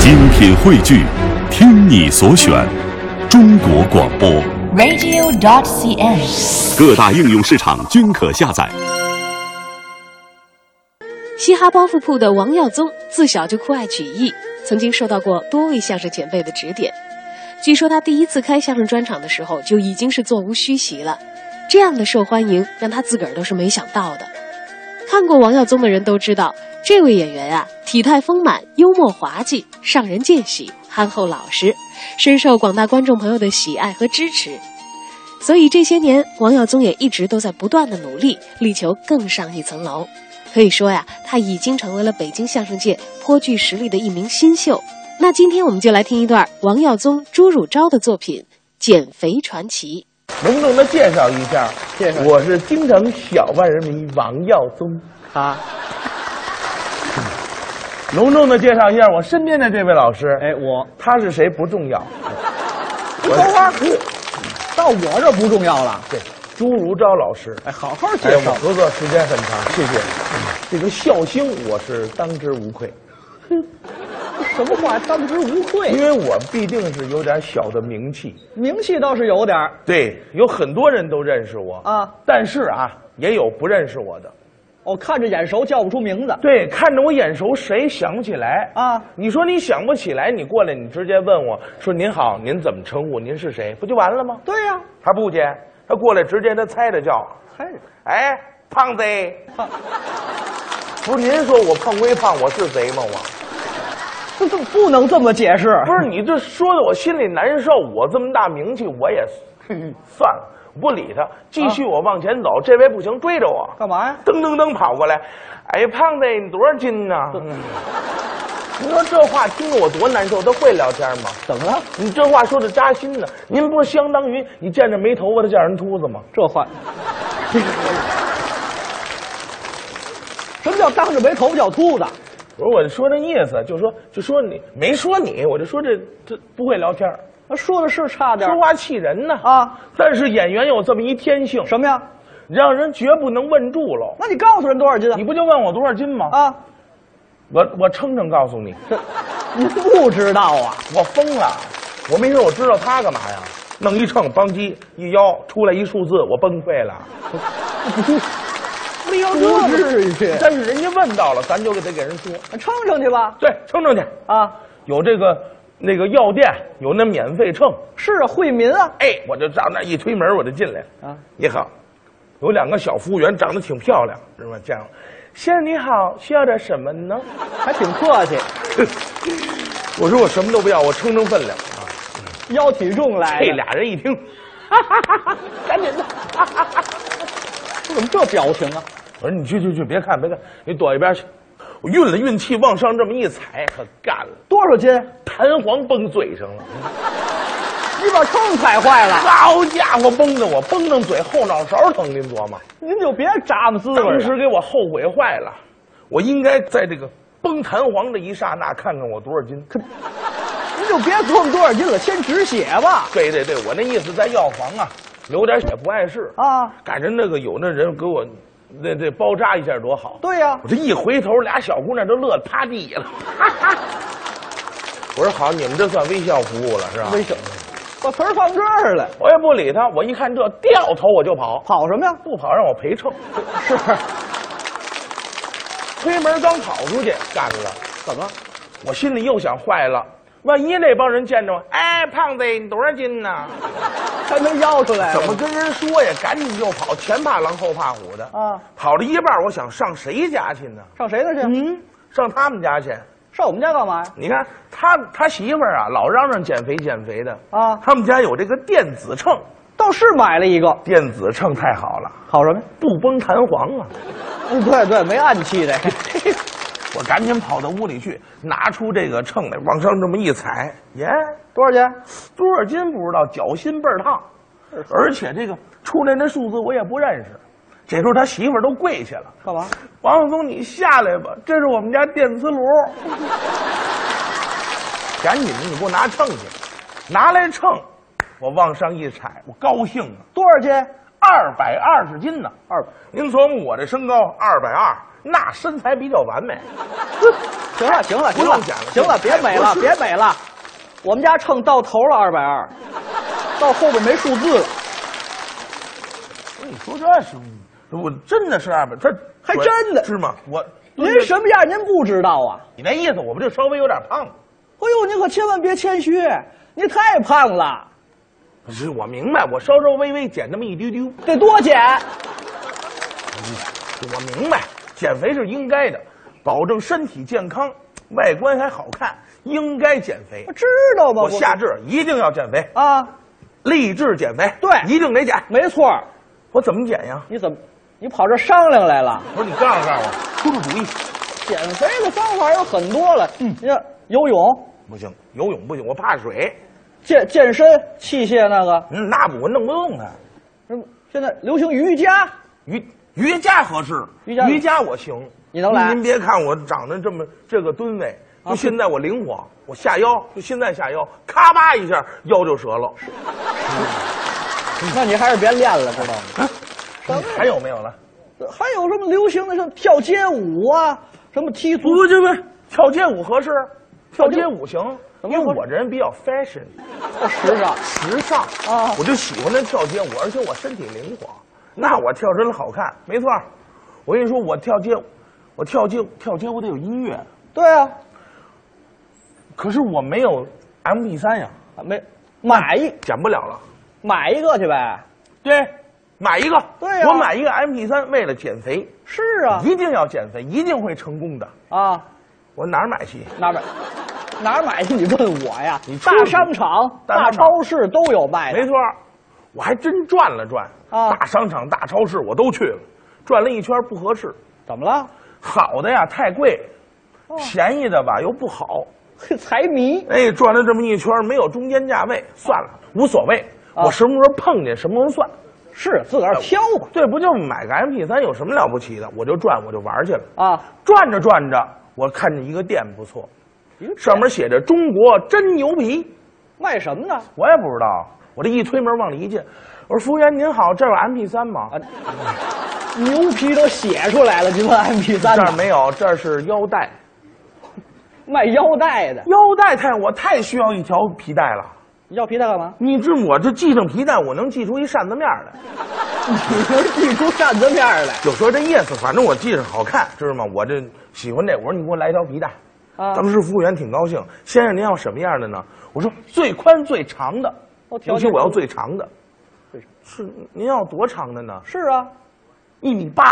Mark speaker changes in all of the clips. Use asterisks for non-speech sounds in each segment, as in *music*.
Speaker 1: 精品汇聚，听你所选，中国广播。
Speaker 2: radio.cn，
Speaker 1: 各大应用市场均可下载。
Speaker 3: 嘻哈包袱铺的王耀宗自小就酷爱曲艺，曾经受到过多位相声前辈的指点。据说他第一次开相声专场的时候就已经是座无虚席了，这样的受欢迎让他自个儿都是没想到的。看过王耀宗的人都知道，这位演员啊，体态丰满，幽默滑稽，上人见喜，憨厚老实，深受广大观众朋友的喜爱和支持。所以这些年，王耀宗也一直都在不断的努力，力求更上一层楼。可以说呀，他已经成为了北京相声界颇具实力的一名新秀。那今天我们就来听一段王耀宗、朱汝昭的作品《减肥传奇》。
Speaker 4: 隆重的介绍一下，
Speaker 5: 介绍一下
Speaker 4: 我是京城小万人迷王耀宗。
Speaker 5: 他，
Speaker 4: 隆重的介绍一下我身边的这位老师，
Speaker 5: 哎，我
Speaker 4: 他是谁不重要，
Speaker 5: 我花花到我这不重要了。
Speaker 4: 对，朱如昭老师。
Speaker 5: 哎，好好
Speaker 4: 哎
Speaker 5: 介，
Speaker 4: 我
Speaker 5: 绍。
Speaker 4: 合作时间很长，谢谢。这个孝兴我是当之无愧，
Speaker 5: 什么话当之无
Speaker 4: 因
Speaker 5: 愧？
Speaker 4: 为我必定是有点小的名气，
Speaker 5: 名气倒是有点儿
Speaker 4: 对，有很多人都认识我
Speaker 5: 啊，
Speaker 4: 但是啊，也有不认识我的。
Speaker 5: 哦，看着眼熟，叫不出名字。
Speaker 4: 对，看着我眼熟，谁想不起来
Speaker 5: 啊
Speaker 4: 你说你想不起来，你过来，你直接问我说：“您好，您怎么称呼？您是谁？”不就完了吗？
Speaker 5: 对呀，
Speaker 4: 他不接，他过来直接他猜着叫，
Speaker 5: 还是
Speaker 4: 哎，胖子，
Speaker 5: 胖
Speaker 4: 不是您说我胖归胖，我是谁吗？我
Speaker 5: 这这不能这么解释。
Speaker 4: 不是你这说的我心里难受，我这么大名气我也算了，不理他，继续我往前走，这位不行，追着我，
Speaker 5: 干嘛呀？
Speaker 4: 噔噔噔跑过来，哎，胖子，你多少斤呢、嗯你说这话听着我多难受，他会聊天吗？
Speaker 5: 怎么了？
Speaker 4: 你这话说的扎心呢。您不是相当于你见着没头发的叫人秃子吗？
Speaker 5: 这话，什么叫当着没头发叫秃子？啊
Speaker 4: 我说我说那意思，就说就说你没说你，我就说这这不会聊天儿，
Speaker 5: 说的是差点儿
Speaker 4: 说话气人呢
Speaker 5: 啊。
Speaker 4: 但是演员有这么一天性，
Speaker 5: 什么呀？
Speaker 4: 让人绝不能问住喽。
Speaker 5: 那你告诉人多少斤啊
Speaker 4: 你？不就问我多少斤吗？
Speaker 5: 啊，
Speaker 4: 我我称称告诉你，
Speaker 5: 这您不知道啊？
Speaker 4: 我疯了，我没事我知道他干嘛呀？弄一秤，邦叽一腰出来一数字，我崩溃了。
Speaker 5: 没有
Speaker 4: 不
Speaker 5: 这
Speaker 4: 至
Speaker 5: 至于，
Speaker 4: 但是人家问到了，咱就得给人说。
Speaker 5: 称称去吧。
Speaker 4: 对，称称去，
Speaker 5: 啊，
Speaker 4: 有这个那个药店有那免费秤，
Speaker 5: 是啊，惠民啊。
Speaker 4: 哎，我就到那一推门我就进来了。
Speaker 5: 啊，
Speaker 4: 你好，有两个小服务员长得挺漂亮，是吧？这样，先生你好，需要点什么呢？ *laughs*
Speaker 5: 还挺客气，
Speaker 4: 我说我什么都不要，我称称分量。
Speaker 5: 腰体重来
Speaker 4: 这
Speaker 5: 的。
Speaker 4: 俩人一听，
Speaker 5: 赶紧的，这 *laughs* 怎么这表情啊？
Speaker 4: 我说你去去去，别看别看，你躲一边去。我运了运气，往上这么一踩，可干了，
Speaker 5: 多少斤？
Speaker 4: 弹簧崩嘴上了。
Speaker 5: 你把秤踩坏了，
Speaker 4: 好家伙，崩的我崩上嘴后脑勺疼，您琢磨。
Speaker 5: 您就别咂摸滋味
Speaker 4: 当
Speaker 5: 儿啊
Speaker 4: 时
Speaker 5: 了。
Speaker 4: 给我后悔坏了，我应该在这个崩弹簧的一刹那看看我多少斤。
Speaker 5: 您就别琢磨多少斤了，先止血吧。
Speaker 4: 对对对，我那意思在药房啊，流点血不碍事啊。
Speaker 5: 啊，
Speaker 4: 赶上那个有那人给我，那这包扎一下多好。
Speaker 5: 对呀、
Speaker 4: 我这一回头，俩小姑娘都乐得趴地 *laughs* 了。我说好，你们这算微笑服务了是吧？
Speaker 5: 微笑，把词儿放这儿了，
Speaker 4: 我也不理他，我一看这掉头我就跑，
Speaker 5: 跑什么呀？
Speaker 4: 不跑让我陪 *laughs* 秤。
Speaker 5: 是，
Speaker 4: 推门刚跑出去，干了。
Speaker 5: 怎么？
Speaker 4: 我心里又想坏了，万一那帮人见着我，哎，胖子，你多少斤呢？哎
Speaker 5: 还能要出来？
Speaker 4: 怎么？跟人说呀？赶紧就跑，前怕狼后怕虎的
Speaker 5: 啊！
Speaker 4: 跑了一半，我想上谁家去呢？
Speaker 5: 上谁那去？
Speaker 4: 嗯，上他们家去。
Speaker 5: 上我们家干嘛呀？
Speaker 4: 你看他他媳妇儿啊，老嚷嚷减肥减肥的
Speaker 5: 啊
Speaker 4: 他们家有这个电子秤，
Speaker 5: 倒是买了一个，
Speaker 4: 电子秤太好了，
Speaker 5: 好什么呀？
Speaker 4: 不崩弹簧啊！
Speaker 5: 嗯，对对，没暗器的。
Speaker 4: *laughs* 我赶紧跑到屋里去，拿出这个秤来，往上这么一踩，耶，
Speaker 5: 多少钱？
Speaker 4: 多少斤不知道，脚心倍儿烫，而且这个出来那数字我也不认识。这时候他媳妇儿都跪下了，
Speaker 5: 干嘛？
Speaker 4: 王晓松，你下来吧，这是我们家电磁炉。 *laughs* 赶紧的，你给我拿秤去，拿来秤，我往上一踩，我高兴啊，
Speaker 5: 多少斤？
Speaker 4: 二百二十斤呢。
Speaker 5: 二百。
Speaker 4: 您琢磨我这身高二百二，那身材比较完美。
Speaker 5: *laughs* 行了行了
Speaker 4: 不
Speaker 5: 行
Speaker 4: 用
Speaker 5: 了
Speaker 4: 讲了
Speaker 5: 行了，别美了
Speaker 4: 不是
Speaker 5: 别美了，我们家秤到头了二百二，到后边没数字了，
Speaker 4: 你说这是，我真的是二百，这
Speaker 5: 还真的
Speaker 4: 是吗？我
Speaker 5: 您什么样您不知道啊？
Speaker 4: 你那意思，我不就稍微有点胖吗？
Speaker 5: 哎呦，您可千万别谦虚，您太胖了，
Speaker 4: 不是，我明白，我稍稍微微减那么一丢丢，
Speaker 5: 得多减。
Speaker 4: 我明白，减肥是应该的，保证身体健康，外观还好看，应该减肥。
Speaker 5: 知道吗？
Speaker 4: 我下志一定要减肥，
Speaker 5: 啊，
Speaker 4: 立志减肥，
Speaker 5: 对
Speaker 4: 一定得减。
Speaker 5: 没错儿。
Speaker 4: 我怎么减呀？
Speaker 5: 你怎么，你跑这商量来了？
Speaker 4: 不是你告诉告诉我，出出主意。
Speaker 5: 减肥的方法有很多了，嗯，你看游泳、
Speaker 4: 不行，游泳不行，我怕水。
Speaker 5: 健健身、器械那个，
Speaker 4: 嗯，那不我弄不动它。
Speaker 5: 什么现在流行瑜伽，
Speaker 4: 瑜瑜伽合适，
Speaker 5: 瑜伽
Speaker 4: 我行，
Speaker 5: 你能来
Speaker 4: 您您别看我长得这么这个吨位，
Speaker 5: 啊
Speaker 4: 就现在我灵活，我下腰就现在下腰，咔吧一下腰就折了。嗯
Speaker 5: 那你还是别练了，知道吗？
Speaker 4: 还有没有了？
Speaker 5: 还有什么流行的像跳街舞啊，什么踢足
Speaker 4: 不不不，跳街舞合适，啊跳街舞行，
Speaker 5: 怎
Speaker 4: 因
Speaker 5: 么
Speaker 4: 为
Speaker 5: 合适
Speaker 4: 我这人比较 fashion
Speaker 5: 球时尚，
Speaker 4: 时尚
Speaker 5: 啊
Speaker 4: 我就喜欢那跳街舞，而且我身体灵活，那我跳真好看，没错儿。我跟你说，我跳街舞，我跳街舞跳街舞得有音乐，
Speaker 5: 对啊，
Speaker 4: 可是我没有 M P 三呀，
Speaker 5: 没买一
Speaker 4: 减不了了。
Speaker 5: 买一个去呗。
Speaker 4: 对，买一个。
Speaker 5: 对呀
Speaker 4: 我买一个 MP 3为了减肥，
Speaker 5: 是啊，
Speaker 4: 一定要减肥，一定会成功的。
Speaker 5: 啊，
Speaker 4: 我哪儿买去？
Speaker 5: 哪儿买哪儿买去？你问我呀？
Speaker 4: 你出去
Speaker 5: 大商场、
Speaker 4: 大
Speaker 5: 大
Speaker 4: 商场
Speaker 5: 超市都有卖的。
Speaker 4: 没错儿，我还真转了转，
Speaker 5: 啊
Speaker 4: 大商场、大超市我都去了，转了一圈不合适，
Speaker 5: 怎么了？ *laughs*
Speaker 4: 好的呀太贵，
Speaker 5: 哦
Speaker 4: 便宜的吧又不好，
Speaker 5: 嘿财迷
Speaker 4: 哎，转了这么一圈没有中间价位，算了，无所谓，
Speaker 5: 啊
Speaker 4: 我什么时候碰见什么时候算。
Speaker 5: 是自
Speaker 4: 哎
Speaker 5: 个儿挑吧。
Speaker 4: 对，不就买个 MP 3有什么了不起的？我就转，我就玩儿去了。
Speaker 5: 啊，
Speaker 4: 转着转着，我看见一个店不错，
Speaker 5: 一个
Speaker 4: 上面写着“中国真牛皮
Speaker 5: 卖什么呢？”，
Speaker 4: 我也不知道。我这一推门往里一进，我说：“服务员您好，这有 MP 3吗
Speaker 5: 啊，牛皮都写出来了，您问 MP？”
Speaker 4: 这儿
Speaker 5: 三
Speaker 4: 没有，这是腰带。
Speaker 5: 卖腰带的，
Speaker 4: 腰带太我太需要一条皮带了。
Speaker 5: 你要皮带干嘛？ *laughs*
Speaker 4: 你知我这系上皮带，我能系出一扇子面儿来。
Speaker 5: 你能递出扇子面儿来
Speaker 4: 就说这意思，反正我系上好看，知道吗？我这喜欢这，我说你给我来一条皮带。
Speaker 5: 啊
Speaker 4: 当时服务员挺高兴，先生您要什么样的呢？我说最宽最长的，
Speaker 5: 哦条
Speaker 4: 尤
Speaker 5: 件
Speaker 4: 其我要最长的
Speaker 5: 最长。
Speaker 4: 是您要多长的呢？
Speaker 5: 是啊，
Speaker 4: 一米八，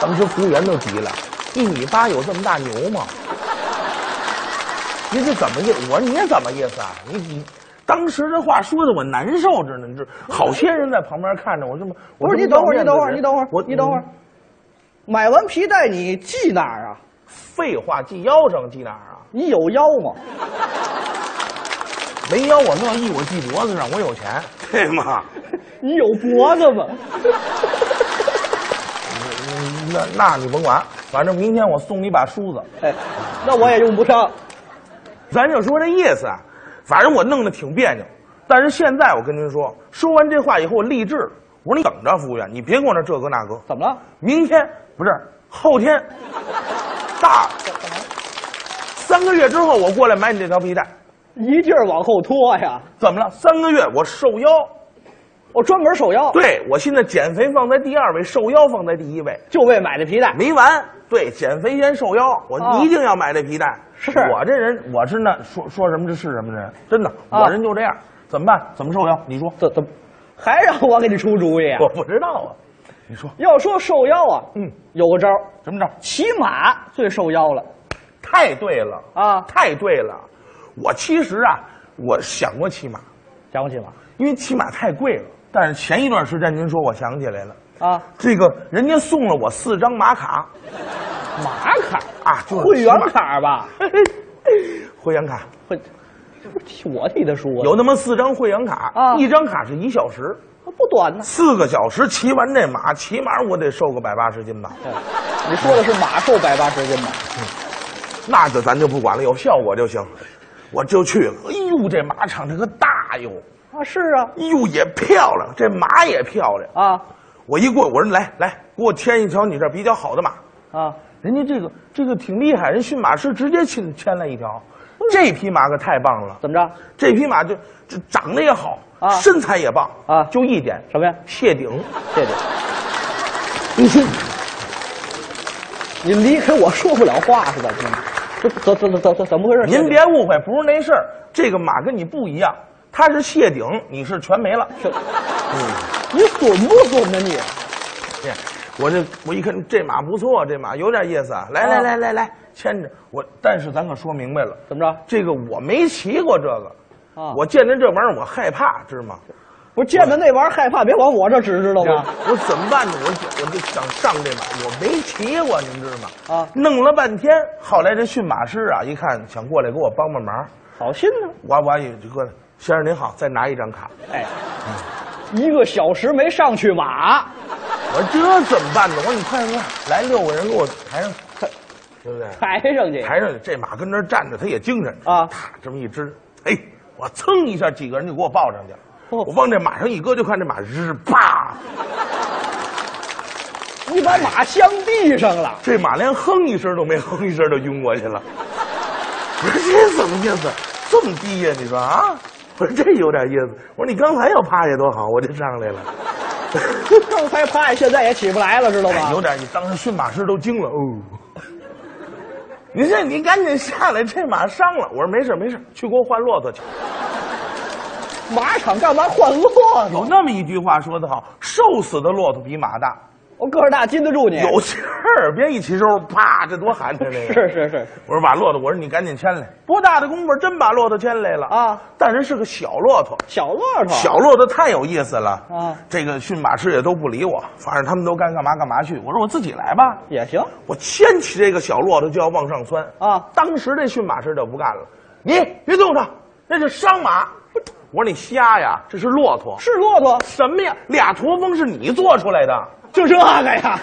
Speaker 4: 当时服务员都急了，一米八有这么大牛吗？您这怎么意？我说你怎么意思啊？你你，当时这话说的我难受着呢，你这好些人在旁边看着我，这么我
Speaker 5: 不是
Speaker 4: 这
Speaker 5: 你
Speaker 4: 么
Speaker 5: 等会儿，
Speaker 4: 要
Speaker 5: 你等会儿，
Speaker 4: 面
Speaker 5: 你
Speaker 4: 子的
Speaker 5: 等会儿
Speaker 4: 人我，嗯
Speaker 5: 你等会儿。买完皮带你系哪儿啊？
Speaker 4: 废话，系腰上系哪儿啊？
Speaker 5: 你有腰吗？
Speaker 4: 没腰我乐意，我系脖子上，我有钱，对吗？
Speaker 5: 你有脖子吗？
Speaker 4: 嗯那那你甭管，反正明天我送你把梳子。
Speaker 5: 哎，那我也用不上。
Speaker 4: 咱就说这意思，啊，反正我弄得挺别扭。但是现在我跟您说，说完这话以后，我励志了。我说你等着，服务员，你别跟我这这个那个。
Speaker 5: 怎么了？
Speaker 4: 明天不是后天，大三个月之后我过来买你这条皮带。
Speaker 5: 一劲儿往后拖呀！
Speaker 4: 怎么了？三个月我瘦腰，
Speaker 5: 我专门手腰，，
Speaker 4: 对我现在减肥放在第二位，瘦腰放在第一位。
Speaker 5: 就为买这皮带。
Speaker 4: 没完，对，减肥先瘦腰，我
Speaker 5: 哦
Speaker 4: 一定要买这皮带。
Speaker 5: 是
Speaker 4: 我这人，我是那说说什么这是什么人，真的，
Speaker 5: 啊
Speaker 4: 我人就这样。怎么办？怎么瘦腰？你说，
Speaker 5: 怎怎么还让我给你出主意啊？
Speaker 4: *laughs* 我不知道啊。你说
Speaker 5: 要说瘦腰啊，
Speaker 4: 嗯，
Speaker 5: 有个招儿，
Speaker 4: 什么招？
Speaker 5: 骑马最瘦腰了
Speaker 4: 太对了，
Speaker 5: 啊！
Speaker 4: 太对了。我其实啊，我想过骑马，
Speaker 5: 想不起马
Speaker 4: 因为骑马太贵了。但是前一段时间您说，我想起来了，
Speaker 5: 啊，
Speaker 4: 这个人家送了我四张马卡
Speaker 5: *laughs* 马卡
Speaker 4: 啊，就是
Speaker 5: 会
Speaker 4: 骑
Speaker 5: 员
Speaker 4: 马，
Speaker 5: 卡吧？
Speaker 4: 会员卡
Speaker 5: 会，不是替我替他说的，
Speaker 4: 有那么四张会员卡，
Speaker 5: 啊
Speaker 4: 一张卡是一小时。
Speaker 5: 不短呢。
Speaker 4: 四个小时骑完这马，起码我得瘦个百八十斤吧？
Speaker 5: 对你说的是马瘦百八十斤吧？
Speaker 4: 那就咱就不管了，有效果就行。我就去了，哎呦，这马场这个大哟，
Speaker 5: 啊，是啊，
Speaker 4: 哎呦也漂亮，这马也漂亮。
Speaker 5: 啊，
Speaker 4: 我一过，我说来来，给我牵一条你这比较好的马。
Speaker 5: 啊，
Speaker 4: 人家这个这个挺厉害，人驯马师直接牵牵来一条，这匹马可太棒了，
Speaker 5: 怎么着？
Speaker 4: 这匹马就就长得也好，
Speaker 5: 啊
Speaker 4: 身材也棒
Speaker 5: 啊
Speaker 4: 就一点
Speaker 5: 什么呀？
Speaker 4: 谢顶，
Speaker 5: 谢谢。你这， *laughs* 你离开我说不了话是吧？这怎怎怎怎怎怎么回事？
Speaker 4: 您别误会，不是那事儿，这个马跟你不一样，它是谢顶，你是全没了。
Speaker 5: 这，你损不损呢你？
Speaker 4: 哎我这我一看这马不错，这马有点意思啊，来
Speaker 5: 啊
Speaker 4: 来来来来，牵着我。但是咱可说明白了，
Speaker 5: 怎么着？
Speaker 4: 这个我没骑过这个，
Speaker 5: 啊
Speaker 4: 我见着这玩意儿我害怕，知道吗？
Speaker 5: 不是见着那玩意儿害怕，别往我这指，知道吗？
Speaker 4: 我怎么办呢？我我就想上这马，我没骑过，您知道吗？
Speaker 5: 啊
Speaker 4: 弄了半天，后来这驯马师啊，一看想过来给我帮帮忙，
Speaker 5: 好心呢，
Speaker 4: 我我也就过来，先生您好，再拿一张卡。
Speaker 5: 哎，一个小时没上去马，
Speaker 4: 我说这怎么办呢？我说你快快来六个人给我抬上，快，对不对？
Speaker 5: 抬上去，
Speaker 4: 抬上去，这马跟那儿站着，它也精神
Speaker 5: 啊
Speaker 4: 啪这么一支，哎，我噌一下，几个人就给我抱上去了。
Speaker 5: 哦
Speaker 4: 我往这马上一搁，就看这马日啪，
Speaker 5: 你把马镶地上了。
Speaker 4: 这马连哼一声都没哼一声就晕过去了。我说这怎么意思？这么低呀、你说啊？我说这有点意思。我说你刚才要趴下多好，我这上来了。
Speaker 5: *laughs* 刚才趴下，现在也起不来了，知道
Speaker 4: 哎
Speaker 5: 吗？
Speaker 4: 有点，当时驯马师都惊了哦。你这你赶紧下来，这马伤了。我说没事没事，去给我换骆驼去。
Speaker 5: 马场干嘛换骆
Speaker 4: 有
Speaker 5: 驼？
Speaker 4: 那么一句话说得好，瘦死的骆驼比马大，
Speaker 5: 我个儿大，禁得住你。
Speaker 4: 有气儿别一起收，啪，这多寒碜那个。
Speaker 5: 是是是，
Speaker 4: 我说把骆驼，我说你赶紧牵来。不大的功夫，真把骆驼牵来了
Speaker 5: 啊！
Speaker 4: 但是是个小骆驼，
Speaker 5: 小骆驼，
Speaker 4: 小骆驼太有意思了
Speaker 5: 啊
Speaker 4: 这个驯马师也都不理我，反正他们都该干嘛干嘛去。我说我自己来吧。
Speaker 5: 也行。
Speaker 4: 我牵起这个小骆驼就要往上窜
Speaker 5: 啊
Speaker 4: 当时这驯马师就不干了，你别动它，那是伤马。我说你瞎呀，这是骆驼，
Speaker 5: 是骆驼，
Speaker 4: 什么呀？俩驼峰是你做出来的，
Speaker 5: 就这个呀。